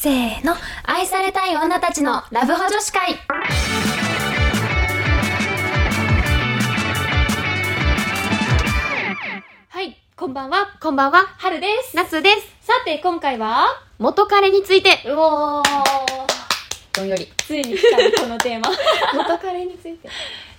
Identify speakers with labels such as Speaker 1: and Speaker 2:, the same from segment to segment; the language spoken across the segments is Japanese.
Speaker 1: せーの愛されたい女たちのラブホ女子会
Speaker 2: はい、こんばんは、
Speaker 1: こんばんは
Speaker 2: はるです。
Speaker 1: 夏です
Speaker 2: さて、今回は、
Speaker 1: 元彼について
Speaker 2: うおー、
Speaker 1: どんより
Speaker 2: ついに来たねこのテーマ。
Speaker 1: 元彼について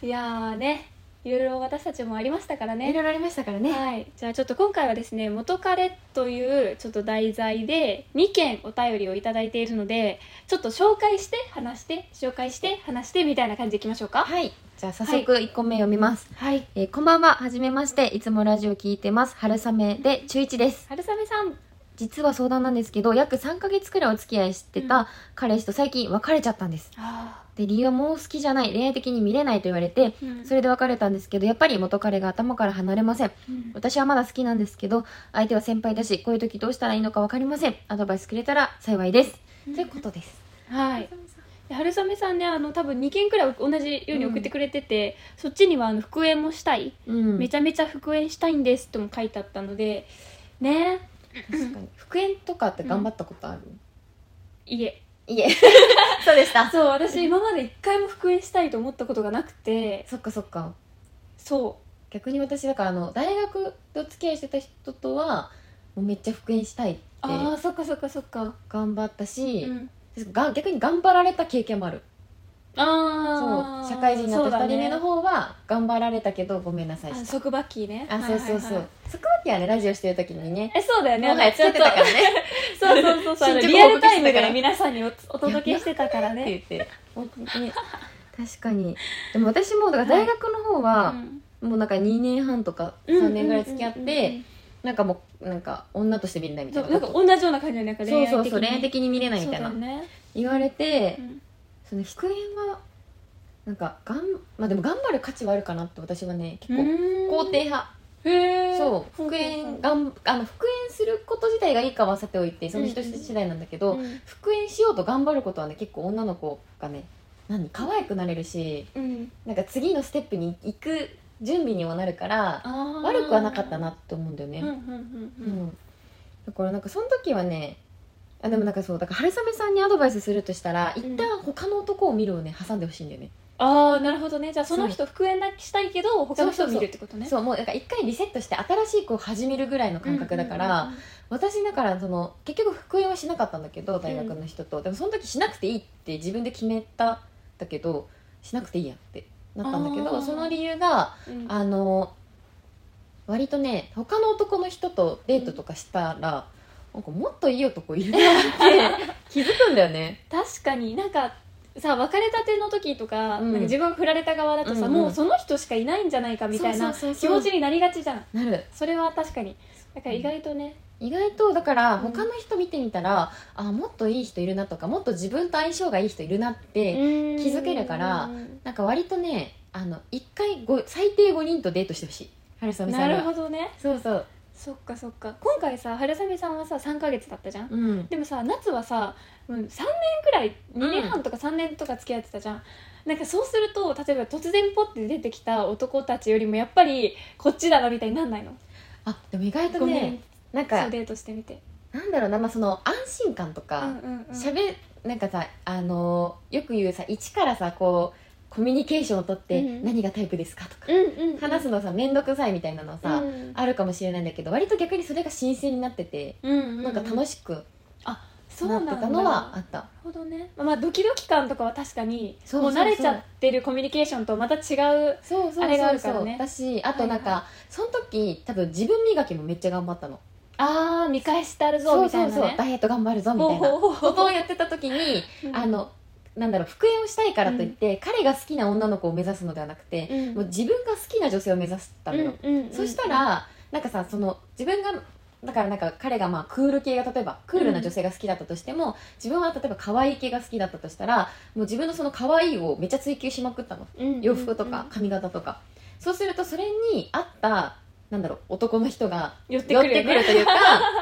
Speaker 2: いやーね、いろいろ私たちもありましたから
Speaker 1: い
Speaker 2: ね。
Speaker 1: ろいろありましたからね
Speaker 2: はい、じゃあちょっと今回はですね、元彼というちょっと題材で2件お便りをいただいているので、ちょっと紹介して話して、紹介して話してみたいな感じでいきましょうか。
Speaker 3: はい。じゃあ早速1個目読みます。
Speaker 2: はい。
Speaker 3: えーこんばんは、はじめまして。いつもラジオ聞いてます。春雨で中1です。
Speaker 2: 春雨さん。
Speaker 3: 実は相談なんですけど、約3ヶ月くらいお付き合いして
Speaker 2: うん
Speaker 3: た彼氏と最近別れちゃったんです。
Speaker 2: あ
Speaker 3: で、理由はもう好きじゃない、恋愛的に見れないと言われて、
Speaker 2: うん
Speaker 3: それで別れたんですけど、やっぱり元彼が頭から離れません。
Speaker 2: うん
Speaker 3: 私はまだ好きなんですけど、相手は先輩だし、こういう時どうしたらいいのかわかりません。アドバイスくれたら幸いです。ということです。
Speaker 2: はい。で春雨さんねあの多分2件くらい同じように送ってくれてて、そっちにはあの復縁もしたい、
Speaker 3: うん。
Speaker 2: めちゃめちゃ復縁したいんですとも書いてあったのでね
Speaker 3: 確かに。復縁とかって頑張ったことある、
Speaker 2: いえ
Speaker 3: いえ。 そうでした。
Speaker 2: そう私今まで一回も復縁したいと思ったことがなくて
Speaker 3: そっかそっか。
Speaker 2: そ
Speaker 3: 逆に私だからあの大学と付き合いしてた人とはもうめっちゃ復縁したいって
Speaker 2: うああそっかそっかそっか、
Speaker 3: 頑張った
Speaker 2: う
Speaker 3: し、
Speaker 2: ん、
Speaker 3: が逆に頑張られた経験もある
Speaker 2: あ
Speaker 3: そ
Speaker 2: あ
Speaker 3: う社会人になった2人目の
Speaker 2: 方
Speaker 3: 方は頑張られたけどごめんなさいした
Speaker 2: 束縛期ね
Speaker 3: あそう
Speaker 2: はい
Speaker 3: そう
Speaker 2: はい
Speaker 3: そ
Speaker 2: は
Speaker 3: う
Speaker 2: い
Speaker 3: そこだけはねラジオしてる時にね
Speaker 2: えそうだよね
Speaker 3: もはやつけてたからね
Speaker 2: そうそうそうそうあの
Speaker 3: 進捗
Speaker 2: リアルタイ
Speaker 3: 報告して
Speaker 2: ム
Speaker 3: たか
Speaker 2: で
Speaker 3: ら
Speaker 2: 皆さんにおお届けしてたから
Speaker 3: って言
Speaker 2: ね
Speaker 3: って本当にね確かにでも私もだから大学の方は、もうなんか2年半とか3年ぐらい付き合って、
Speaker 2: うんうんうんうん
Speaker 3: なんかもうなんか女として見れないみた
Speaker 2: そ
Speaker 3: いうな
Speaker 2: なんか
Speaker 3: こ
Speaker 2: 同じような感じのなんか
Speaker 3: と
Speaker 2: 恋愛
Speaker 3: そう
Speaker 2: 的
Speaker 3: そうそう恋愛
Speaker 2: に
Speaker 3: 的に見れないみたいな、
Speaker 2: そうだよね
Speaker 3: 言われて、
Speaker 2: うん
Speaker 3: その復縁はなんかがん、まあ、でも頑張る価値はあるかなって私はね結構肯定派
Speaker 2: へー
Speaker 3: そう復縁がんあの復縁すること自体がいいかはさておいてその人次第なんだけど、
Speaker 2: うん
Speaker 3: 復縁しようと頑張ることはね結構女の子がね何可愛くなれるし
Speaker 2: うん
Speaker 3: なんか次のステップに行く準備にもなるから
Speaker 2: あー
Speaker 3: 悪くはなかったなって思うんだよね、
Speaker 2: うんうんうんうん
Speaker 3: うんだからなんかその時はねあでもなんかそうだから春雨さんにアドバイスするとしたら
Speaker 2: うん
Speaker 3: 一旦他の男を見るをね挟んでほしいんだよね、
Speaker 2: ああなるほどねじゃあその人復縁だけしたいけど他の人を見るってことね
Speaker 3: そうもうなんか一回リセットして新しい子を始めるぐらいの感覚だから、
Speaker 2: うんうんうん
Speaker 3: 私だからその結局復縁はしなかったんだけど大学の人と、でもその時しなくていいって自分で決めたんだけどしなくていいやってなったんだけ
Speaker 2: あ
Speaker 3: ど
Speaker 2: ー
Speaker 3: その理由が
Speaker 2: うん
Speaker 3: あの割とね他の男の人とデートとかしたら、なんかもっといい男いる なって気づくんだよね
Speaker 2: 確かになんかさ別れたての時とか,、
Speaker 3: う
Speaker 2: な
Speaker 3: ん
Speaker 2: んか自分が振られた側だとさ、
Speaker 3: うんうん
Speaker 2: もうその人しかいないんじゃないかみたいな
Speaker 3: そうそう
Speaker 2: 気
Speaker 3: そうそう
Speaker 2: 持ちになりがちじゃん
Speaker 3: なる
Speaker 2: それは確かにだから意外とね、
Speaker 3: 意外とだから
Speaker 2: うん
Speaker 3: 他の人見てみたら、あもっといい人いるなとかもっと自分と相性がいい人いるなって、
Speaker 2: うん
Speaker 3: 気づけるからなんか割とねあの1回ご最低5人とデートしてほしい春雨さんが
Speaker 2: なるほどね
Speaker 3: そうそう
Speaker 2: そっかそっか今回さ春雨さんはさ3ヶ月だったじゃん
Speaker 3: うん
Speaker 2: でもさ夏はさもう3年くらい2年半とか3年とか付き合ってたじゃん、なんかそうすると例えば突然ポッて出てきた男たちよりもやっぱりこっちだなみたいになんないの
Speaker 3: あでも意外と
Speaker 2: ごめん
Speaker 3: ねなん
Speaker 2: そ
Speaker 3: か
Speaker 2: うデートしてみて
Speaker 3: なんだろうな、まあ、その安心感と
Speaker 2: うん
Speaker 3: か、
Speaker 2: うんうん
Speaker 3: しゃべなんかさあのーよく言うさ一からさこうコミュニケーションを取って、
Speaker 2: うん
Speaker 3: 何がタイプですかとか、
Speaker 2: うんうんうん
Speaker 3: 話すのさ面倒くさいみたいなのさ、
Speaker 2: うん
Speaker 3: あるかもしれないんだけど割と逆にそれが新鮮になってて、
Speaker 2: うんうんうん
Speaker 3: なんか楽しく
Speaker 2: そう
Speaker 3: な
Speaker 2: な
Speaker 3: っ
Speaker 2: ん
Speaker 3: て
Speaker 2: だ
Speaker 3: たのはあった
Speaker 2: なるほどねまあまあドキドキ感とかは確かに
Speaker 3: そうそうそ
Speaker 2: も
Speaker 3: う
Speaker 2: う慣れちゃってるコミュニケーションとまた違う
Speaker 3: そうそう
Speaker 2: あれがあ
Speaker 3: そう
Speaker 2: るか
Speaker 3: そ
Speaker 2: ら
Speaker 3: う、
Speaker 2: ね
Speaker 3: だしあとなんか、
Speaker 2: は
Speaker 3: その時多分自分磨きもめっちゃ頑張ったの
Speaker 2: あー見返してあるぞ
Speaker 3: そう
Speaker 2: みた
Speaker 3: そ
Speaker 2: いな
Speaker 3: う
Speaker 2: ね
Speaker 3: そう、ダイエット頑張るぞみたいな
Speaker 2: ほうほうほう
Speaker 3: ことをやってた時に、
Speaker 2: うん
Speaker 3: あのなんだろう復縁をしたいからといって、彼が好きな女の子を目指すのではなくて、
Speaker 2: うん
Speaker 3: もう自分が好きな女性を目指したのよ、
Speaker 2: うんうんうん
Speaker 3: そしたらなんかさその自分がだからなんか彼がまあクール系が例えばクールな女性が好きだったとしても、自分は例えば可愛い系が好きだったとしたらもう自分のその可愛いをめっちゃ追求しまくったの
Speaker 2: うん
Speaker 3: 洋服とか髪型とか、そうするとそれに合ったなんだろう男の人が
Speaker 2: 寄っ
Speaker 3: 寄
Speaker 2: てく
Speaker 3: っ
Speaker 2: る
Speaker 3: て
Speaker 2: よ
Speaker 3: く
Speaker 2: ね
Speaker 3: る というか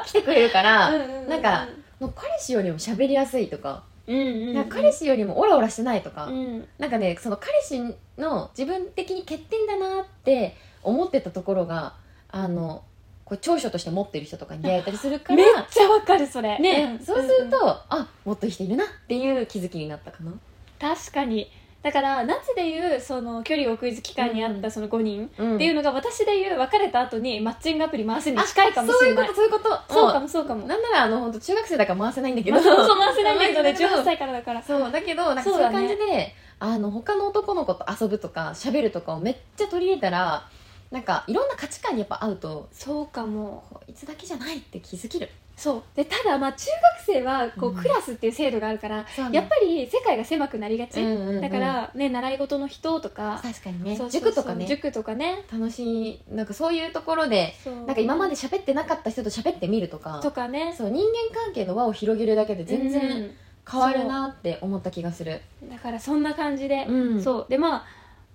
Speaker 3: 来てくれるから、
Speaker 2: うんうんうん
Speaker 3: なんかもう彼氏よりも喋りやすいとか,、
Speaker 2: うんうん
Speaker 3: なんか彼氏よりもオラオラしてないとか、
Speaker 2: うん
Speaker 3: なんかねその彼氏の自分的に欠点だなって思ってたところがあのこう長所として持ってる人とかに出会えたりするか
Speaker 2: めっ
Speaker 3: ら
Speaker 2: ちゃわかるそれ
Speaker 3: ね
Speaker 2: ん
Speaker 3: そうすると、
Speaker 2: ん
Speaker 3: あもっと人いるなっていう気づきになったかな
Speaker 2: 確かにだから夏でいうその距離をクイズ期間にあっ
Speaker 3: う
Speaker 2: たその5人
Speaker 3: っ
Speaker 2: っていうのが私でいう別れた後にマッチングアプリ回すに近いかもしれない
Speaker 3: そういうことそういうこと
Speaker 2: そうか
Speaker 3: も
Speaker 2: もそうかも
Speaker 3: うなんならあの本当中学生だから回せないんだけ
Speaker 2: ま
Speaker 3: ど
Speaker 2: あそうそう回せないんだけどね
Speaker 3: 回せないけど
Speaker 2: 18歳からだから
Speaker 3: そうだけどなんか
Speaker 2: そ
Speaker 3: そううい
Speaker 2: だ
Speaker 3: う
Speaker 2: ね
Speaker 3: 感じで、あの他の男の子と遊ぶとか喋るとかをめっちゃ取り入れたらなんかいろんな価値観にやっぱ合うと
Speaker 2: そうかも
Speaker 3: こういつだけじゃないって気づける
Speaker 2: そうでただまあ中学生はこう
Speaker 3: うん
Speaker 2: クラスっていう制度があるからや
Speaker 3: や
Speaker 2: っ
Speaker 3: っ
Speaker 2: ぱり世界が狭くなりが
Speaker 3: ぱ
Speaker 2: ち
Speaker 3: り、うんうんうん
Speaker 2: だからね習い事の人とか
Speaker 3: 確かにね
Speaker 2: そうそうそう
Speaker 3: 塾とかね
Speaker 2: 塾とかね
Speaker 3: 楽しいなんかそういうところで
Speaker 2: そう
Speaker 3: なんか今まで喋ってなかった人と喋ってみるとか
Speaker 2: とかね
Speaker 3: そう人間関係の輪を広げるだけで全然変わるなって思った気がする、
Speaker 2: うんだからそんな感じで
Speaker 3: うん
Speaker 2: そうでまあ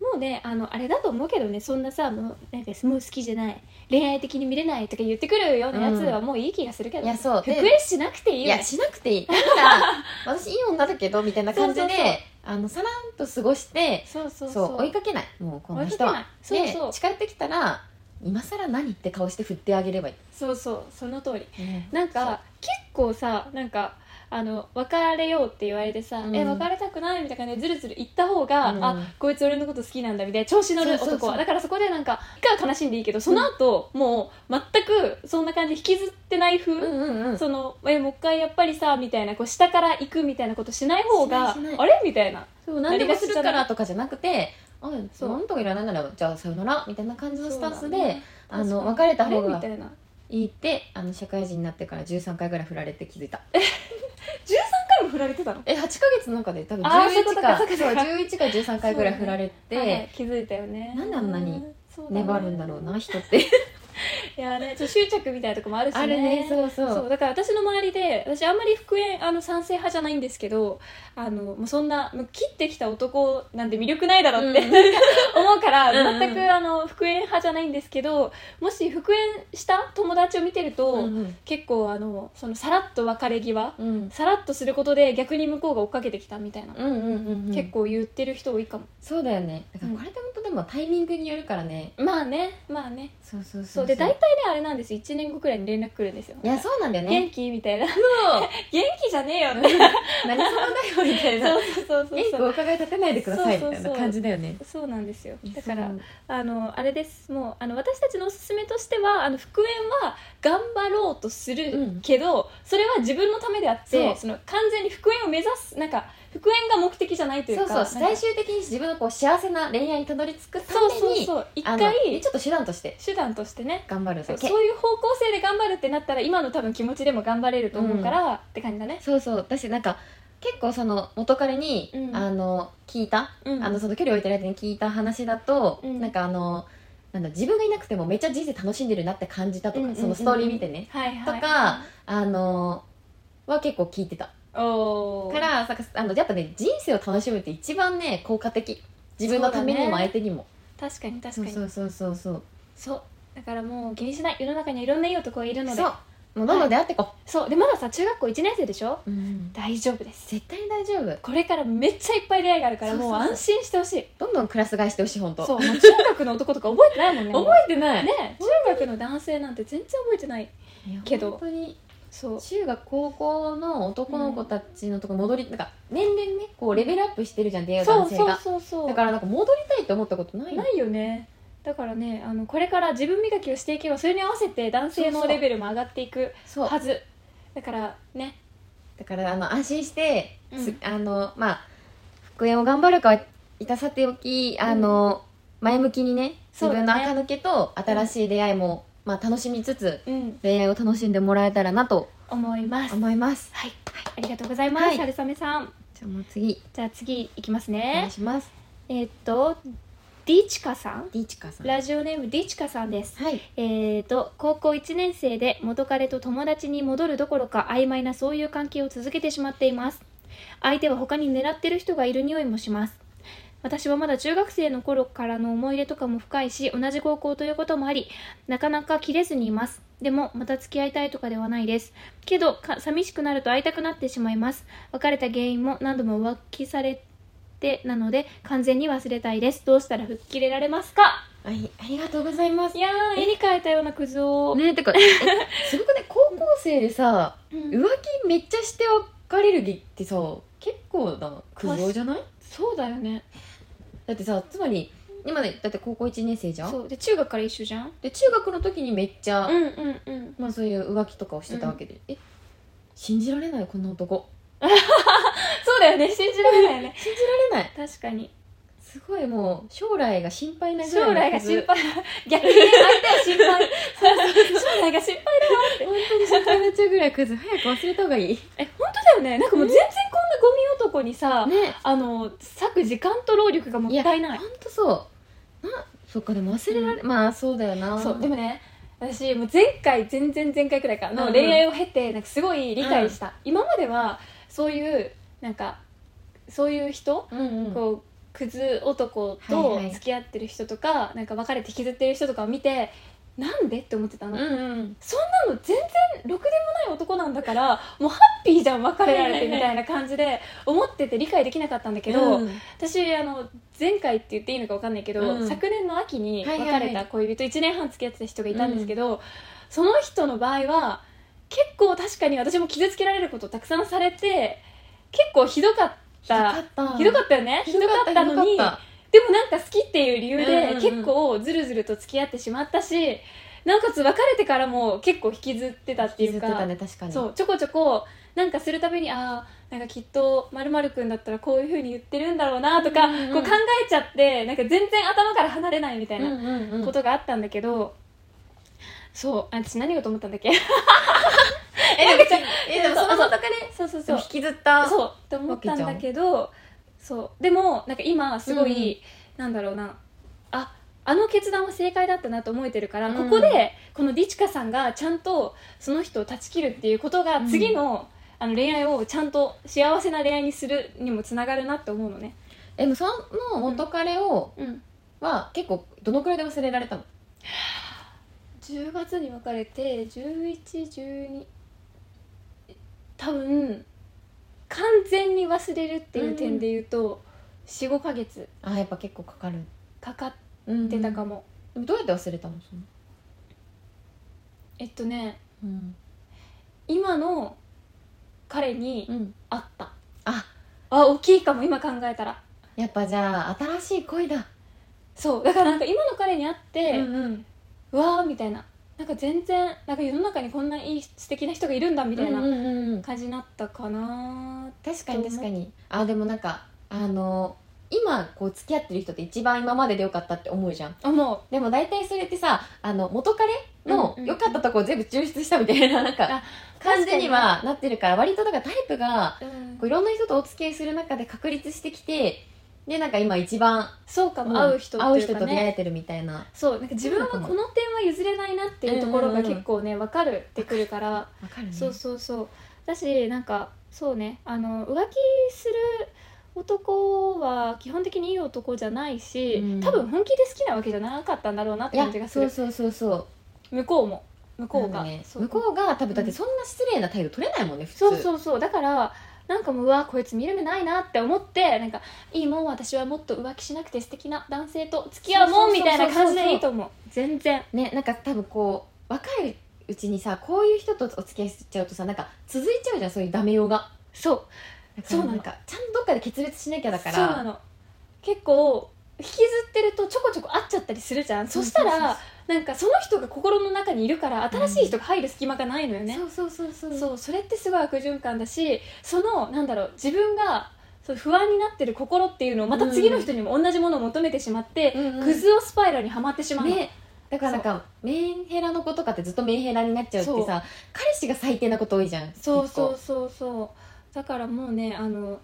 Speaker 2: もうねあのあれだと思うけどねそんなさもうなんかもう好きじゃない恋愛的に見れないとか言ってくるようなやつはもういい気がするけど、
Speaker 3: いやそう
Speaker 2: 復
Speaker 3: で
Speaker 2: 縁しなくていい
Speaker 3: い
Speaker 2: よ、
Speaker 3: や
Speaker 2: ね、
Speaker 3: しなくていいただ私いい女だけどみたいな感じで
Speaker 2: そうそうそう
Speaker 3: あのさらんと過ごして
Speaker 2: そうそう
Speaker 3: そ
Speaker 2: そうう
Speaker 3: 追いかけないもうこの人
Speaker 2: 追い
Speaker 3: は
Speaker 2: かけないそうそう
Speaker 3: で近寄ってきたら今更何って顔して振ってあげればい
Speaker 2: そうそうその通り
Speaker 3: い、
Speaker 2: なんか結構さなんかあの別れようって言われてさ、
Speaker 3: うん
Speaker 2: え別れたくないみたいな感じでずるずる言った方が、
Speaker 3: うん
Speaker 2: あこいつ俺のこと好きなんだみたいな調子乗る男は
Speaker 3: そうそうそう
Speaker 2: だからそこでなんか一回は悲しんでいいけどその後、もう全くそんな感じ引きずってない風、
Speaker 3: うんうんうん
Speaker 2: そのえもう一回やっぱりさみたいなこう下から行くみたいなことしない方が
Speaker 3: しないしない
Speaker 2: あれみたいな
Speaker 3: そう何でもするか
Speaker 2: なりが
Speaker 3: ら
Speaker 2: ち
Speaker 3: とかじゃなくてあ
Speaker 2: そ
Speaker 3: そううなんとかいらないならじゃあさよならみたいな感じのスタンス
Speaker 2: そ
Speaker 3: で、
Speaker 2: うだね
Speaker 3: あの
Speaker 2: 確かに
Speaker 3: 別れた方が
Speaker 2: あれみたいな
Speaker 3: 言ってあの社会人になってから13回ぐらい振られて気づいた
Speaker 2: 13回も振られてたの
Speaker 3: え8ヶ月の中で多分11
Speaker 2: あーそういうことか
Speaker 3: か
Speaker 2: そういうこと
Speaker 3: そう
Speaker 2: か
Speaker 3: 11か13回ぐらい振られて、
Speaker 2: はいはい気づいたよね
Speaker 3: なんであんなに
Speaker 2: そうだね
Speaker 3: 粘るんだろうな人って
Speaker 2: いやねちょっと執着みたいなとこもあるしね
Speaker 3: あるねそうそう
Speaker 2: そうだから私の周りで私あんまり復縁あの賛成派じゃないんですけどあのもうそんなもう切ってきた男なんて魅力ないだろって、
Speaker 3: うん
Speaker 2: 思うから
Speaker 3: うんう
Speaker 2: 全
Speaker 3: ん
Speaker 2: くあの復縁派じゃないんですけどもし復縁した友達を見てると、
Speaker 3: うん
Speaker 2: 結構あのそのさらっと別れ際
Speaker 3: うん
Speaker 2: さらっとすることで逆に向こうが追っかけてきたみたいな、
Speaker 3: うんうんうんうん
Speaker 2: 結構言ってる人多いかも
Speaker 3: そうだよねだからこれって本当でもタイミングによるからね、
Speaker 2: まあねまあね
Speaker 3: そうそう
Speaker 2: そうで大体ねあれなんです1年後くらいに連絡来るんですよ
Speaker 3: いやそうなんだよ
Speaker 2: 元
Speaker 3: ね
Speaker 2: 気みたいな
Speaker 3: そう
Speaker 2: 元気じゃねえよって
Speaker 3: 何様だよみたいな
Speaker 2: そうそうそう
Speaker 3: 元気
Speaker 2: そ
Speaker 3: をお
Speaker 2: う
Speaker 3: 伺い立てないでくださいみたい
Speaker 2: そうそう
Speaker 3: な
Speaker 2: そう
Speaker 3: 感じだよね
Speaker 2: そうなんですよだから
Speaker 3: そう
Speaker 2: あのあれですもうあの私たちのおすすめとしてはあの復縁は頑張ろうとす
Speaker 3: う
Speaker 2: る
Speaker 3: ん
Speaker 2: けど、それは自分のためであって
Speaker 3: そう
Speaker 2: その完全に復縁を目指すなんか復縁が目的じゃないという
Speaker 3: そ
Speaker 2: か
Speaker 3: うそう
Speaker 2: なん
Speaker 3: 最
Speaker 2: か
Speaker 3: 終的に自分のこう幸せな恋愛にたどり着くた
Speaker 2: そう
Speaker 3: め
Speaker 2: そう
Speaker 3: に
Speaker 2: そう一
Speaker 3: あの
Speaker 2: 回
Speaker 3: ちょっと手段として
Speaker 2: 手段としてね
Speaker 3: 頑張る
Speaker 2: そ
Speaker 3: だ
Speaker 2: う
Speaker 3: け
Speaker 2: そういう方向性で頑張るってなったら今の多分気持ちでも頑張れると思うから、って感じだね、
Speaker 3: そうそう私なんか結構その元彼に、
Speaker 2: うん
Speaker 3: あの聞いた、
Speaker 2: うん
Speaker 3: あのその距離を置いてる相手に聞いた話だと、
Speaker 2: うん
Speaker 3: なんかあのなんだ自分がいなくてもめっちゃ人生楽しんでるなって感じたとか、
Speaker 2: うんうんうん
Speaker 3: そのストーリー見てね、
Speaker 2: はいはい
Speaker 3: とかあのは結構聞いてた
Speaker 2: おー
Speaker 3: からなんかあのやっぱね人生を楽しむって一番ね効果的自分のために
Speaker 2: そう
Speaker 3: も
Speaker 2: だね
Speaker 3: 相手にも
Speaker 2: 確かに確か
Speaker 3: そう,、
Speaker 2: に
Speaker 3: そうそうそうそう
Speaker 2: そうだからもう気にしない世の中にはいろんないい男がいるので
Speaker 3: そうもうどんどん出会っていこ
Speaker 2: そうでまださ中学校1年生でしょ
Speaker 3: う、
Speaker 2: 大丈夫です
Speaker 3: 絶対大丈夫
Speaker 2: これからめっちゃいっぱい出会いがあるから
Speaker 3: そうそう
Speaker 2: もう
Speaker 3: そう
Speaker 2: 安心してほしい
Speaker 3: どんどんクラス替えしてほしい本当
Speaker 2: そうもう中学の男とか覚えてないもんね
Speaker 3: 覚えてな
Speaker 2: え
Speaker 3: い、
Speaker 2: ね中学の男性なんて全然覚えてない
Speaker 3: いや
Speaker 2: けど
Speaker 3: 本当に
Speaker 2: そう
Speaker 3: 中学高校の男の子たちのとこ戻り、なんか年々ねこうレベルアップしてるじゃん出会う
Speaker 2: そう
Speaker 3: 男性が
Speaker 2: そうそうそう
Speaker 3: だからなんか戻りたいって思ったことないよ
Speaker 2: ないよねだからねあのこれから自分磨きをしていけばそれに合わせて男性
Speaker 3: そう
Speaker 2: の
Speaker 3: そう
Speaker 2: レベルも上がっていく
Speaker 3: そう
Speaker 2: はずだからね
Speaker 3: だからあの安心して、
Speaker 2: うん
Speaker 3: すあのまあ復縁を頑張るかはいたさておきあの、前向きにね
Speaker 2: そ
Speaker 3: 自
Speaker 2: うだね
Speaker 3: 分の垢抜けと新しい出会いも、まあ、楽しみつつ
Speaker 2: うん
Speaker 3: 恋愛を楽しんでもらえたらなと
Speaker 2: 思います
Speaker 3: 思います
Speaker 2: はいありがとうございます、
Speaker 3: はい
Speaker 2: はるさめさん
Speaker 3: じゃあもう次
Speaker 2: じゃあ次いきます
Speaker 3: お願
Speaker 2: ね
Speaker 3: い、します
Speaker 2: えーっとディチカさん
Speaker 3: リーチカさん
Speaker 2: ラジオネームディチカさんです
Speaker 3: はい
Speaker 2: えー、と高校1年生で元彼と友達に戻るどころか曖昧なそういう関係を続けてしまっています相手は他に狙ってる人がいる匂いもします私はまだ中学生の頃からの思い出とかも深いし同じ高校ということもありなかなか切れずにいますでもまた付き合いたいとかではないですけどか寂しくなると会いたくなってしまいます別れた原因も何度も浮気されてなので完全に忘れたいですどうしたら吹っ切れられますか
Speaker 3: あいありがとうございます
Speaker 2: いやー絵に描いたようなクズを、
Speaker 3: ねてかえ すごくね高校生でさ
Speaker 2: うん
Speaker 3: 浮気めっちゃして別れる気ってさ結構な苦情じゃない
Speaker 2: そうだよね
Speaker 3: だってさつまり今ねだって高校1年生じゃん
Speaker 2: そうで中学から一緒じゃん
Speaker 3: で中学の時にめっちゃ、
Speaker 2: うんうんうん
Speaker 3: まあ、そういう浮気とかをしてたわけで、え信じられないこんな男
Speaker 2: そうだよね信じられないよね
Speaker 3: 信じられない
Speaker 2: 確かに
Speaker 3: すごいもう将来が心配なぐらい
Speaker 2: 将来
Speaker 3: の
Speaker 2: が
Speaker 3: 苦
Speaker 2: 心配逆にね相手は心配将来が心配
Speaker 3: 本当に心配になっちゃうぐらいクズ早く忘れた方がいいね
Speaker 2: え本当だよねなんかもう全然こんなゴミ男にさ、あの割く時間と労力がもったいない
Speaker 3: 本当そうなそっかでも忘れられ、まあそうだよな
Speaker 2: そうでもね私もう前回前々前回くらいか
Speaker 3: うんう
Speaker 2: の
Speaker 3: ん
Speaker 2: 恋愛を経てなんかすごい理解した、今まではそういうなんかそういう人、
Speaker 3: うんうん
Speaker 2: こうクズ男
Speaker 3: は
Speaker 2: と
Speaker 3: いはい
Speaker 2: 付き合ってる人とか、なんか別れて引きずってる人とかを見てなんでって思ってたの、
Speaker 3: うんうん
Speaker 2: そんなの全然ろくでもない男なんだからもうハッピーじゃん別れられてみたいな感じで思ってて理解できなかったんだけ
Speaker 3: け
Speaker 2: ど、
Speaker 3: ど、
Speaker 2: 私あの前回って言っていいのか分かんないけど、
Speaker 3: うん
Speaker 2: 昨年の秋に
Speaker 3: はい
Speaker 2: 別
Speaker 3: はいはい
Speaker 2: れた恋人1年半付き合ってた人がいたんですけど、その人の場合は結構確かに私も傷つけられることをたくさんされて結構ひどかった
Speaker 3: ひどかった
Speaker 2: ひどかったよねひどかったのに
Speaker 3: ひどかっ
Speaker 2: でもなんか好きっていう理由
Speaker 3: うんうん
Speaker 2: で
Speaker 3: うん
Speaker 2: 結構ずるずると付き合ってしまったしなおかつ別れてからも結構引きずってた
Speaker 3: た
Speaker 2: っていう
Speaker 3: 引きず
Speaker 2: か
Speaker 3: ってたね確かに
Speaker 2: そうちょこちょこなんかするたびにああんかきっとまるくんだったらこういうふうに言ってるんだろうなとか、
Speaker 3: うんうんうん
Speaker 2: こう考えちゃってなんか全然頭から離れないみたい
Speaker 3: うん
Speaker 2: な
Speaker 3: うんうん
Speaker 2: ことがあったんだけど、そうあ私何をと思ったんだっけ
Speaker 3: えでもえでもその
Speaker 2: 男ねそうそうそう
Speaker 3: 引きずった
Speaker 2: そうって思ったんだけどそうでもなんか今すごい、なんだろうなああの決断は正解だったなと思えてるから、
Speaker 3: うん
Speaker 2: ここでこのリチカさんがちゃんとその人を断ち切るっていうことが
Speaker 3: うん
Speaker 2: 次の,、あの恋愛をちゃんと幸せな恋愛にするにもつながるなって思うのね、
Speaker 3: えでもその元彼を、
Speaker 2: うん、
Speaker 3: は結構どのくらいで忘れられたの
Speaker 2: 10月に別れて1112多分完全に忘れるっていう点で言うと、45ヶ月
Speaker 3: あやっぱ結構かかる
Speaker 2: かかっ
Speaker 3: うん
Speaker 2: てたかも、
Speaker 3: でもどうやって忘れたのその、
Speaker 2: えっとね
Speaker 3: うん
Speaker 2: 今の彼に会った
Speaker 3: あ
Speaker 2: あ大きいかも今考えたら
Speaker 3: やっぱじゃあ新しい恋だ
Speaker 2: そうだからなんか今の彼に会って、
Speaker 3: うんうん
Speaker 2: うわーみたいななんか全然なんか世の中にこんないい素敵な人がいるんだみたい
Speaker 3: うん
Speaker 2: な
Speaker 3: うんうんうん
Speaker 2: 感じになったかな
Speaker 3: 確かに確かにあでもなんかあの今こう付き合ってる人って一番今まででよかったって思うじゃん
Speaker 2: 思う
Speaker 3: でも大体それってさあの元彼の
Speaker 2: うんうん
Speaker 3: 良かったとこを全部抽出したみたいななんか
Speaker 2: あ
Speaker 3: 感じにはなってるから割となんかタイプがこういろんな人とお付き合いする中で確立してきてでなんか今一番
Speaker 2: そうか
Speaker 3: もう
Speaker 2: も会う人って
Speaker 3: 会う
Speaker 2: いう
Speaker 3: 人
Speaker 2: か
Speaker 3: と出会
Speaker 2: ね
Speaker 3: えてるみたいな
Speaker 2: そうなんか自分はこの点は譲れないなっていうところが結構ね分かるってくるから
Speaker 3: わかるね
Speaker 2: そうそうそうだしなんかそうねあの浮気する男は基本的にいい男じゃないし、
Speaker 3: うん
Speaker 2: 多分本気で好きなわけじゃなかったんだろうなって
Speaker 3: いや
Speaker 2: 感じがす
Speaker 3: そう
Speaker 2: る
Speaker 3: そうそうそう
Speaker 2: 向こうも向こう
Speaker 3: な
Speaker 2: が、
Speaker 3: んかね
Speaker 2: そう
Speaker 3: 向こうが多分だってそんな失礼な態度取れないもんね普通
Speaker 2: そうそうそうだからなんかもううわこいつ見る目ないなって思ってなんかいいもん私はもっと浮気しなくて素敵な男性と付き合うもんみたいな感じでいいと思う全然
Speaker 3: ねなんか多分こう若いうちにさこういう人とお付き合いしちゃうとさなんか続いちゃうじゃんそういうダメよが
Speaker 2: そう
Speaker 3: だか
Speaker 2: そう
Speaker 3: ら
Speaker 2: なの
Speaker 3: なんかちゃんとどっかで決裂しなきゃだから
Speaker 2: そうなの結構引きずってるとちょこちょこ会っちゃったりするじゃんそしたらなんかその人が心の中にいるから新しい人が入る隙間がないのよね、
Speaker 3: そうそうそうそうそう
Speaker 2: そうそれってすごい悪循環だしそのなんだろう自分がそう不安になってる心っていうのをまた次の人にも同じものを求めてしまって、
Speaker 3: うんうん
Speaker 2: クズをスパイラルにはまってしまうの、
Speaker 3: ねだからなんかメンヘラの子とかってずっとメンヘラになっちゃうって
Speaker 2: そ
Speaker 3: さ彼氏が最低なこと多いじゃん
Speaker 2: そうそう
Speaker 3: 結
Speaker 2: そうそうだからもうねあの、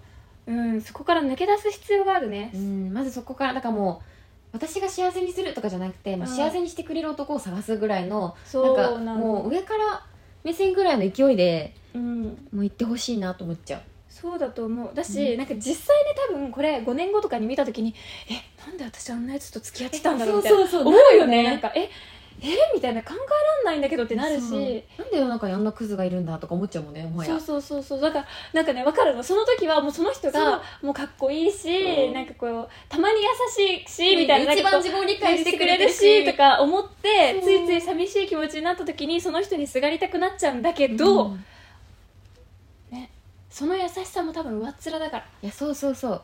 Speaker 2: うん、そこから抜け出す必要があるね
Speaker 3: 構うんまずそこからだからもう私が幸せにするとかじゃなくて、まあ、
Speaker 2: うん
Speaker 3: 幸せにしてくれる男を探すぐらいの、
Speaker 2: そう
Speaker 3: なんか
Speaker 2: なの
Speaker 3: もう上から目線ぐらいの勢いで
Speaker 2: うん、
Speaker 3: もう行ってほしいなと思っちゃう
Speaker 2: そうだと思うだし、なんか実際ね多分これ5年後とかに見た時にえなんで私あんなやつと付き合ってたんだろうみたいな
Speaker 3: そうそうそう
Speaker 2: 思うよ
Speaker 3: なるよ
Speaker 2: ね
Speaker 3: ね
Speaker 2: なんかええみたいな考えらんないんだけどってなるし
Speaker 3: なんで世の中にあんなクズがいるんだとか思っちゃうもんねもは
Speaker 2: そ
Speaker 3: や
Speaker 2: うそうそうそうだからなんかね分かるのその時はもうその人
Speaker 3: そう
Speaker 2: がもうかっこいいし、
Speaker 3: うん
Speaker 2: なんかこうたまに優しいしみたいな
Speaker 3: 一
Speaker 2: なんか
Speaker 3: 番
Speaker 2: こう
Speaker 3: 自分を理
Speaker 2: 理解
Speaker 3: 解
Speaker 2: し
Speaker 3: してて
Speaker 2: く
Speaker 3: く
Speaker 2: れ
Speaker 3: れ
Speaker 2: る
Speaker 3: る
Speaker 2: し
Speaker 3: し
Speaker 2: とか思って
Speaker 3: そう
Speaker 2: ついつい寂しい気持ちになった時にその人にすがりたくなっちゃうんだけど、
Speaker 3: うん
Speaker 2: その優しさも多分上っ面だから
Speaker 3: いやそうそうそう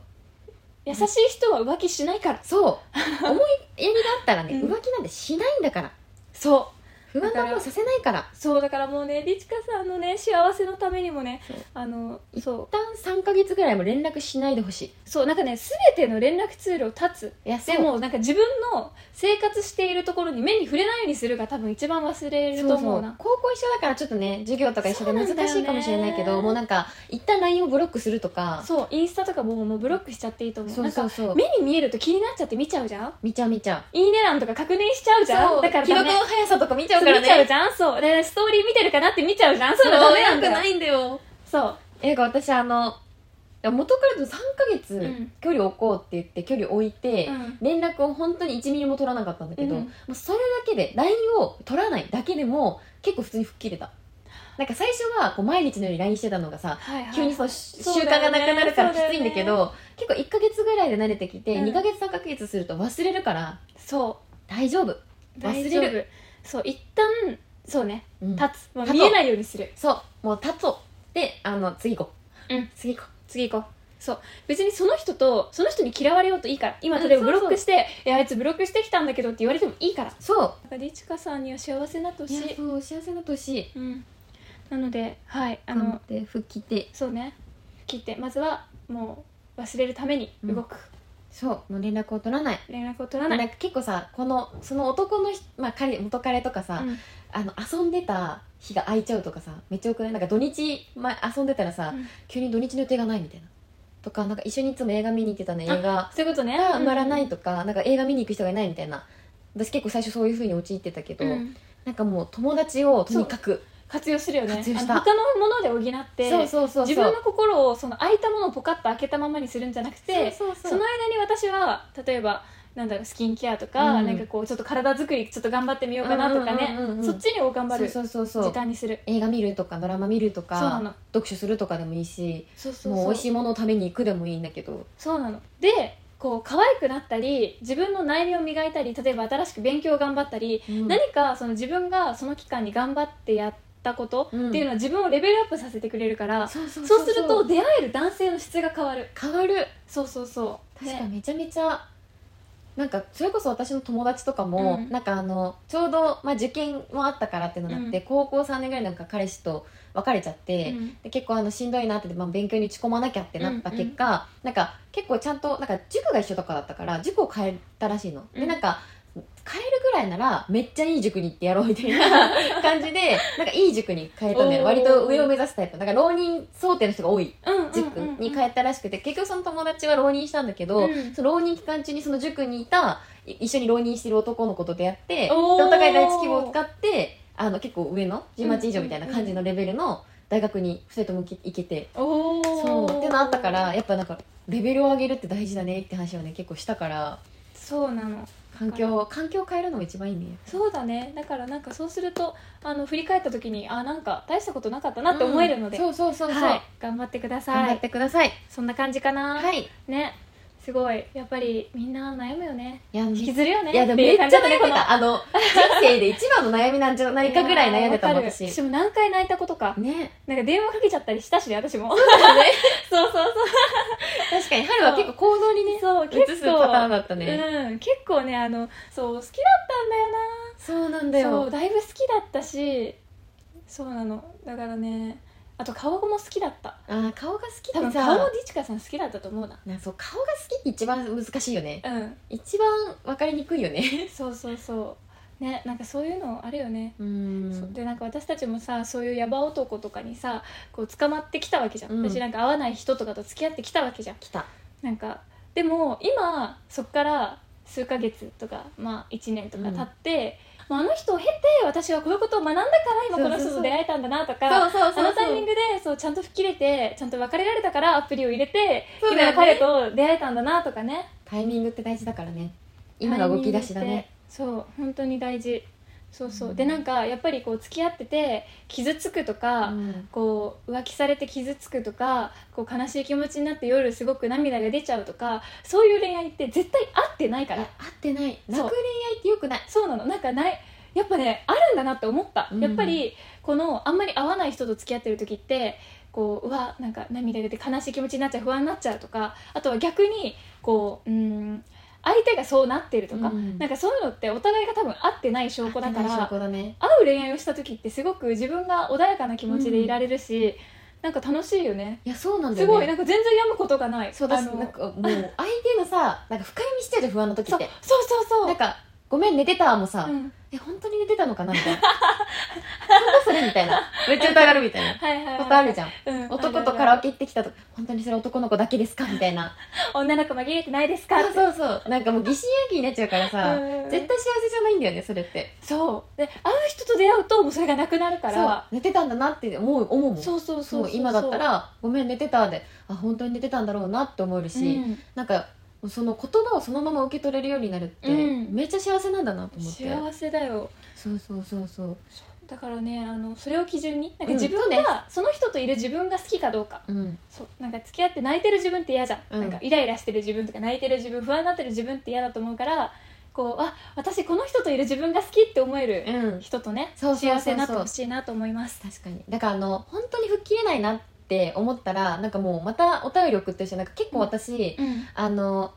Speaker 2: 優しい人は浮気しないから
Speaker 3: そう思いやりがあったらね、
Speaker 2: うん
Speaker 3: 浮気なんてしないんだから
Speaker 2: そう
Speaker 3: 不安な思いさせないから
Speaker 2: そうだからもうねりちかさんのね幸せのためにもね
Speaker 3: そう
Speaker 2: あのそう
Speaker 3: 一旦3ヶ月ぐらいも連絡しないでほしい
Speaker 2: そうなんかね全ての連絡ツールを断つ
Speaker 3: いや
Speaker 2: でもなんか自分の生活しているところに目に触れないようにするが多分一番忘れると思うな
Speaker 3: 高校一緒だからちょっとね授業とか一緒で難しいかもしれな
Speaker 2: そうなん
Speaker 3: いけ
Speaker 2: だよ
Speaker 3: ど
Speaker 2: ね
Speaker 3: もうなんか一旦 LINE をブロックするとか
Speaker 2: そうインスタとかももうブロックしちゃっていいと思う
Speaker 3: そうそうそう
Speaker 2: なんか目に見えると気になっちゃって見ちゃうじゃん
Speaker 3: 見ちゃう見ちゃ
Speaker 2: いいね欄とか確認しちゃう
Speaker 3: う
Speaker 2: じゃん
Speaker 3: そう
Speaker 2: だから
Speaker 3: 既
Speaker 2: ダ
Speaker 3: 読
Speaker 2: メ
Speaker 3: の速さとか見ちゃ
Speaker 2: そう
Speaker 3: から
Speaker 2: う
Speaker 3: ね
Speaker 2: 見ちゃうじゃんそうでストーリー見てるかなって見ちゃうじゃんそ
Speaker 3: そうう
Speaker 2: だダメな
Speaker 3: よ
Speaker 2: ん
Speaker 3: く
Speaker 2: だ
Speaker 3: な
Speaker 2: よ
Speaker 3: いんだよ
Speaker 2: そう
Speaker 3: えなんか私あの元からと3ヶ
Speaker 2: う
Speaker 3: 月
Speaker 2: ん
Speaker 3: 距離を置こうって言って距離を置いて、
Speaker 2: うん
Speaker 3: 連絡を本当に1ミリも取らなかったんだけど、
Speaker 2: うん
Speaker 3: もうそれだけで LINE を取らないだけでも結構普通に吹っ切れたなんか最初はこう毎日のように LINE してたのがさ
Speaker 2: はいはい
Speaker 3: 急にそう
Speaker 2: そう
Speaker 3: 習
Speaker 2: だ
Speaker 3: 慣
Speaker 2: よ
Speaker 3: が
Speaker 2: ね
Speaker 3: なくなるからきついんだけ
Speaker 2: そうだ
Speaker 3: ど結構1ヶ月ぐらいで慣れてきて、
Speaker 2: うん
Speaker 3: 2ヶ月3ヶ月すると忘れるから
Speaker 2: そう
Speaker 3: 大丈夫、忘
Speaker 2: 大
Speaker 3: れる
Speaker 2: 丈夫そう一旦そうね
Speaker 3: うん
Speaker 2: 立つもう
Speaker 3: 立とう
Speaker 2: 見えないようにする
Speaker 3: そうもう立とうであの次行こう、
Speaker 2: うん
Speaker 3: 次行こ
Speaker 2: 次行こうそう別にその人とその人に嫌われようといいから今例えば
Speaker 3: うん
Speaker 2: ブ
Speaker 3: そうそ
Speaker 2: ロ
Speaker 3: う
Speaker 2: ックして「えあいつブロックしてきたんだけど」って言われてもいいから
Speaker 3: うそ
Speaker 2: だからりちかさんには幸せになってほ
Speaker 3: う
Speaker 2: し
Speaker 3: いや
Speaker 2: い
Speaker 3: そう幸せな年
Speaker 2: うんなのではいあ
Speaker 3: あ
Speaker 2: の、
Speaker 3: ので吹っ切って
Speaker 2: そうね切ってまずはもう忘れるために動く、
Speaker 3: そうもう連絡を取らない
Speaker 2: 連絡を取ら
Speaker 3: な
Speaker 2: なんい、
Speaker 3: か結構さこのその男の人、まあ、彼元彼とかさ、
Speaker 2: うん
Speaker 3: あの遊んでた日が空いちゃうとかさめっちゃ多くないなんか土日、まあ、遊んでたらさ、
Speaker 2: うん
Speaker 3: 急に土日の予定がないみたいなとかなんか一緒にいつも映画見に行ってたね映画
Speaker 2: そういうことね
Speaker 3: が埋まらない
Speaker 2: と、
Speaker 3: とか、なんか映画見に行く人がいないみたいな私結構最初そういうふうに陥ってたけど、
Speaker 2: うん
Speaker 3: なんかもう友達をとにかく
Speaker 2: 活用するよね
Speaker 3: 活用した
Speaker 2: あの他のもので補って
Speaker 3: そうそうそうそう
Speaker 2: 自分の心をその空いたものをポカッと開けたままにするんじゃなくて
Speaker 3: そうそう
Speaker 2: そ
Speaker 3: そう
Speaker 2: の間に私は例えばなんだろうスキンケアとか、
Speaker 3: うん
Speaker 2: なんかこうちょっと体作りちょっと頑張ってみようかなとかね、
Speaker 3: うんうんうんうん
Speaker 2: そっちにを頑張る時
Speaker 3: そうそうそうそう
Speaker 2: 間にする
Speaker 3: 映画見るとかドラマ見るとか
Speaker 2: そうなの
Speaker 3: 読書するとかでもいいし
Speaker 2: そう
Speaker 3: もう美味しいものを食べに行くでもいいんだけど
Speaker 2: そうなのでこう可愛くなったり自分の内面を磨いたり例えば新しく勉強を頑張ったり、
Speaker 3: 何
Speaker 2: 何かその自分がその期間に頑張ってやったことって
Speaker 3: うん
Speaker 2: いうのは自分をレベルアップさせてくれるから、
Speaker 3: そうそう
Speaker 2: そうすると出会える男性の質が変わる
Speaker 3: 変わる
Speaker 2: そうそうそう
Speaker 3: 確か
Speaker 2: ね
Speaker 3: めちゃめちゃなんかそれこそ私の友達とかも、
Speaker 2: うん
Speaker 3: なんかあのちょうど、まあ、受験もあったからっていうのがあって、
Speaker 2: う
Speaker 3: 高校3年ぐらいなんか彼氏と別れちゃって、
Speaker 2: うん
Speaker 3: で結構あのしんどいなって、まあ、勉強に打ち込まなきゃってなった結果、なんか結構ちゃんとなんか塾が一緒とかだったから塾を変えたらしいの、
Speaker 2: う
Speaker 3: で
Speaker 2: ん
Speaker 3: なんか変えるぐらいならめっちゃいい塾に行ってやろうみたい な感じでなんかいい塾に変えたのよ
Speaker 2: おー
Speaker 3: 割と上を目指すタイプなんか浪人想定の人が多い
Speaker 2: うんうん
Speaker 3: 塾
Speaker 2: うん
Speaker 3: に帰ったらしくて結局その友達は浪人したんだけど、
Speaker 2: うん
Speaker 3: その浪人期間中にその塾にいたい一緒に浪人してる男の子と出会ってで
Speaker 2: おー
Speaker 3: お互い第一希望を使ってあの結構上の18以上みたいな感じのレベルの大学に2人とも行けて、
Speaker 2: おお
Speaker 3: そうってのあったからやっぱなんかレベルを上げるって大事だねって話をね結構したから
Speaker 2: そうなの
Speaker 3: 環境を環境を変えるのが一番いいね
Speaker 2: そうだねだからなんかそうするとあの振り返った時にあなんか大したことなかったなって思えるので、
Speaker 3: うんそうそうそうそう、
Speaker 2: はい、頑張ってくだ
Speaker 3: 頑
Speaker 2: さ
Speaker 3: 張っ
Speaker 2: い
Speaker 3: てください
Speaker 2: そんな感じかな、
Speaker 3: はいい
Speaker 2: ねすごいやっぱりみんな悩むよね
Speaker 3: や
Speaker 2: 引きずるよね
Speaker 3: いやでも
Speaker 2: て
Speaker 3: め
Speaker 2: い
Speaker 3: っ
Speaker 2: う
Speaker 3: ちゃ
Speaker 2: 感じだね
Speaker 3: 悩んで
Speaker 2: この
Speaker 3: たあの人生で一番の悩みなんじゃないかぐらい悩んで
Speaker 2: い
Speaker 3: た
Speaker 2: や
Speaker 3: も
Speaker 2: ー
Speaker 3: ん
Speaker 2: わかる
Speaker 3: 私
Speaker 2: 私も何回泣いたことか
Speaker 3: ね
Speaker 2: なんか電話かけちゃったりしたしね私もそうそうそう
Speaker 3: 確かに春は結構行動にね
Speaker 2: そう
Speaker 3: 移
Speaker 2: 結
Speaker 3: すパターン
Speaker 2: 構
Speaker 3: だったね、
Speaker 2: うん、結構ねあのそう好きだったんだよな
Speaker 3: そうなんだ
Speaker 2: そう
Speaker 3: よ
Speaker 2: だいぶ好きだったしそうなのだからねあと顔も好きだった
Speaker 3: あー顔が好き
Speaker 2: 多
Speaker 3: っ
Speaker 2: 分
Speaker 3: てさ
Speaker 2: 顔もディチカさん好きだったと思うな
Speaker 3: なそう顔が好きって一番難しいよね
Speaker 2: うん
Speaker 3: 一番分かりにくいよね
Speaker 2: そうそうそうねなんかそういうのあるよね、
Speaker 3: うん
Speaker 2: そうでなんか私たちもさそういうヤバ男とかにさこう捕まってきたわけじゃん、
Speaker 3: うん
Speaker 2: 私なんか合わない人とかと付き合ってきたわけじゃん
Speaker 3: 来た
Speaker 2: なんかでも今そっから数ヶ月とかまあ1年とか経って、まあ、あの人を経て私はこういうことを学んだから今この人と出会えたんだなとか
Speaker 3: そうそうそうそう
Speaker 2: あのタイミングでそうちゃんと吹っ切れてちゃんと別れられたからアプリを入れて、
Speaker 3: そうだ
Speaker 2: 今の
Speaker 3: よね
Speaker 2: 彼と出会えたんだなとかね
Speaker 3: タイミングって大事だからね今が動き出しだ
Speaker 2: タ
Speaker 3: ね
Speaker 2: イミングってそう本当に大事そうそうでなんかやっぱりこう付き合ってて傷つくとか、こう浮気されて傷つくとかこう悲しい気持ちになって夜すごく涙が出ちゃうとかそういう恋愛って絶対合ってないから
Speaker 3: 合ってない
Speaker 2: そう
Speaker 3: 泣く恋愛ってよくない
Speaker 2: そうなのなんかないやっぱねあるんだなって思った、
Speaker 3: うん
Speaker 2: やっぱりこのあんまり合わない人と付き合ってる時ってこううわなんか涙出て悲しい気持ちになっちゃう不安になっちゃうとかあとは逆にこううん相手がそうなってるとか、
Speaker 3: うん
Speaker 2: なんかそういうのってお互いが多分合ってない証拠だか
Speaker 3: 合ってない
Speaker 2: ら
Speaker 3: 証拠だね
Speaker 2: 合う恋愛をした時ってすごく自分が穏やかな気持ちでいられるし、なんか楽しいよね
Speaker 3: いやそうなんだ
Speaker 2: す
Speaker 3: よ、ね、
Speaker 2: ごいなんか全然病むことがない
Speaker 3: そうだ
Speaker 2: あ
Speaker 3: し
Speaker 2: の
Speaker 3: なんかもう相手のさなんか深読みしちゃうじゃん不安の時
Speaker 2: そ
Speaker 3: っ
Speaker 2: う
Speaker 3: て
Speaker 2: そうそうそう
Speaker 3: なんか「ごめん寝てた」もさ、
Speaker 2: うん
Speaker 3: え本当に寝てたのかなみたい な本当それみたいなめっちゃ疑るみたい な
Speaker 2: はいはい、
Speaker 3: ことあ
Speaker 2: はい
Speaker 3: るじゃん
Speaker 2: うん
Speaker 3: 男と
Speaker 2: あるあ
Speaker 3: カ
Speaker 2: るあ
Speaker 3: ラ
Speaker 2: る
Speaker 3: オケ行ってきたとか本当にそれ男の子だけですかみたいな
Speaker 2: 女の子紛れてないですか
Speaker 3: そうそうそうなんかもう疑心暗鬼になっちゃうからさ
Speaker 2: うん
Speaker 3: 絶対幸せじゃないんだよねそれって
Speaker 2: そうで会う人と出会うともうそれがなくなるか
Speaker 3: そう
Speaker 2: ら
Speaker 3: 寝てたんだなって思う思うもん
Speaker 2: そうそうそう
Speaker 3: そう
Speaker 2: そう
Speaker 3: 今だったら「ごめん寝てた」であ本当に寝てたんだろうなって思えるし、
Speaker 2: うん
Speaker 3: なんかその言葉をそのまま受け取れるようになるって、
Speaker 2: うん
Speaker 3: めっちゃ幸せなんだなと思って
Speaker 2: 幸せだよ
Speaker 3: そうそうそうそう
Speaker 2: だからねあのそれを基準になんか
Speaker 3: うん
Speaker 2: 自分
Speaker 3: そうね
Speaker 2: が、その人といる自分が好きかどうか
Speaker 3: うん
Speaker 2: そうなんか付き合って泣いてる自分って嫌じゃん,、
Speaker 3: うん
Speaker 2: なんかイライラしてる自分とか泣いてる自分不安になってる自分って嫌だと思うからこうあ私この人といる自分が好きって思える
Speaker 3: うん
Speaker 2: 人とね、
Speaker 3: そうそうそうそう
Speaker 2: 幸せになってほしいなと思います
Speaker 3: 確かにだからあの本当に吹っ切れないなって思ったらなんかもうまたお便り送ってるしなんか結構私、
Speaker 2: うん
Speaker 3: あの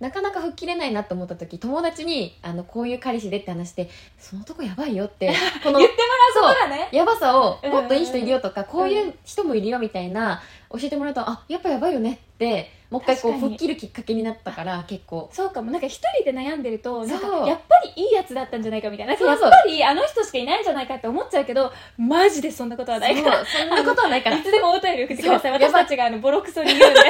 Speaker 3: なかなか吹っ切れないなと思った時友達にあのこういう彼氏でって話してそのとこやばいよって この
Speaker 2: 言ってもらうことがね
Speaker 3: やばさを
Speaker 2: うん
Speaker 3: もっといい人いるよとか、こういう人もいるよみたいな教えてもらうとあやっぱやばいよねってもう一回こう
Speaker 2: 確かに
Speaker 3: 吹っ切るきっかけになったから結構
Speaker 2: そうかもなんか一人で悩んでるとなんか
Speaker 3: そう
Speaker 2: やっぱりいいやつだったんじゃないかみたいななんか
Speaker 3: そうそう
Speaker 2: やっぱりあの人しかいないんじゃないかって思っちゃうけどマジでそんなことはないから
Speaker 3: そうそんなことはな いから
Speaker 2: いつでもお便り送ってください
Speaker 3: そうや
Speaker 2: 私
Speaker 3: ばい
Speaker 2: たちがあのボロクソに言うんで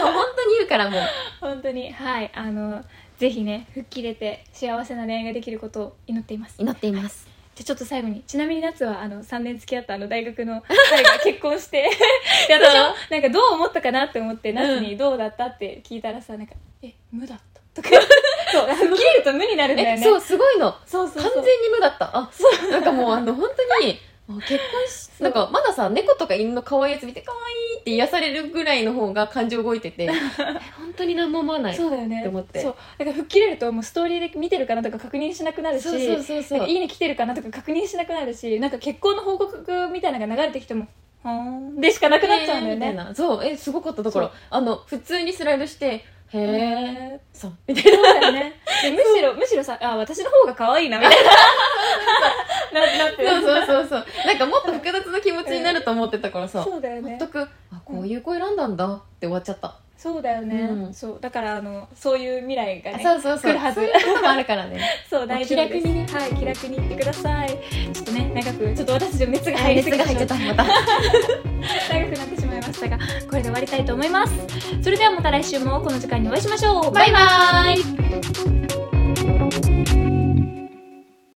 Speaker 3: そう本当に言うからもう
Speaker 2: 本当にはいあのぜひね吹っ切れて幸せな恋愛ができることを祈っています
Speaker 3: 祈っています
Speaker 2: じゃあちょっと最後にちなみに夏はあの3年付き合ったあの大学の彼が結婚して で私もなんかどう思ったかなって思って夏に「どうだった?」って聞いたらさなんか「え無だった」と かそう吹っ切れると無になるんだよ
Speaker 3: え
Speaker 2: ね
Speaker 3: そうすごいの
Speaker 2: そうそうそう
Speaker 3: 完全に無だったあそうなんかもうあの本当にもう結婚し
Speaker 2: そう
Speaker 3: なんかまださ猫とか犬の可愛いやつ見て可愛いって癒されるぐらいの方が感情動い ててえ本当に何も思わない
Speaker 2: そうだよね
Speaker 3: って思って
Speaker 2: そうだから吹っ切れるともうストーリーで見てるかなとか確認しなくなるし
Speaker 3: そうそうそうそう
Speaker 2: なんかいいね来てるかなとか確認しなくなるしなんか結婚の報告みたいなのが流れてきても「はーん」でしかなくなっちゃうんだよ
Speaker 3: へーみ
Speaker 2: ね、
Speaker 3: たいなそうえすごかっただか
Speaker 2: そ
Speaker 3: らあの普通にスライドしてへ え
Speaker 2: へー
Speaker 3: そう みたいな
Speaker 2: そうだよねでむしろむしろさあ私の方が可愛いなみたいなななって
Speaker 3: そうそうそうそうなんかもっと複雑な気持ちになると思ってたからさ
Speaker 2: そうだよね
Speaker 3: 全くあこういう子選んだんだって終わっちゃった
Speaker 2: そうだよね、
Speaker 3: うん
Speaker 2: そうだからあのそういう未来が
Speaker 3: あ
Speaker 2: ね
Speaker 3: そうそうそう
Speaker 2: 来るはず
Speaker 3: そういうこともあるからね
Speaker 2: そう大丈夫です
Speaker 3: お気楽にね
Speaker 2: はい気楽に行ってくださいちょっとね長くちょっと私たちの熱が入りすぎ
Speaker 3: 熱
Speaker 2: て
Speaker 3: が
Speaker 2: し
Speaker 3: 入っ
Speaker 2: まった
Speaker 3: ちゃったまた
Speaker 2: 長くなってしまいましたがこれで終わりたいと思いますそれではまた来週もこの時間にお会いしましょう
Speaker 3: バイバーイ
Speaker 2: イ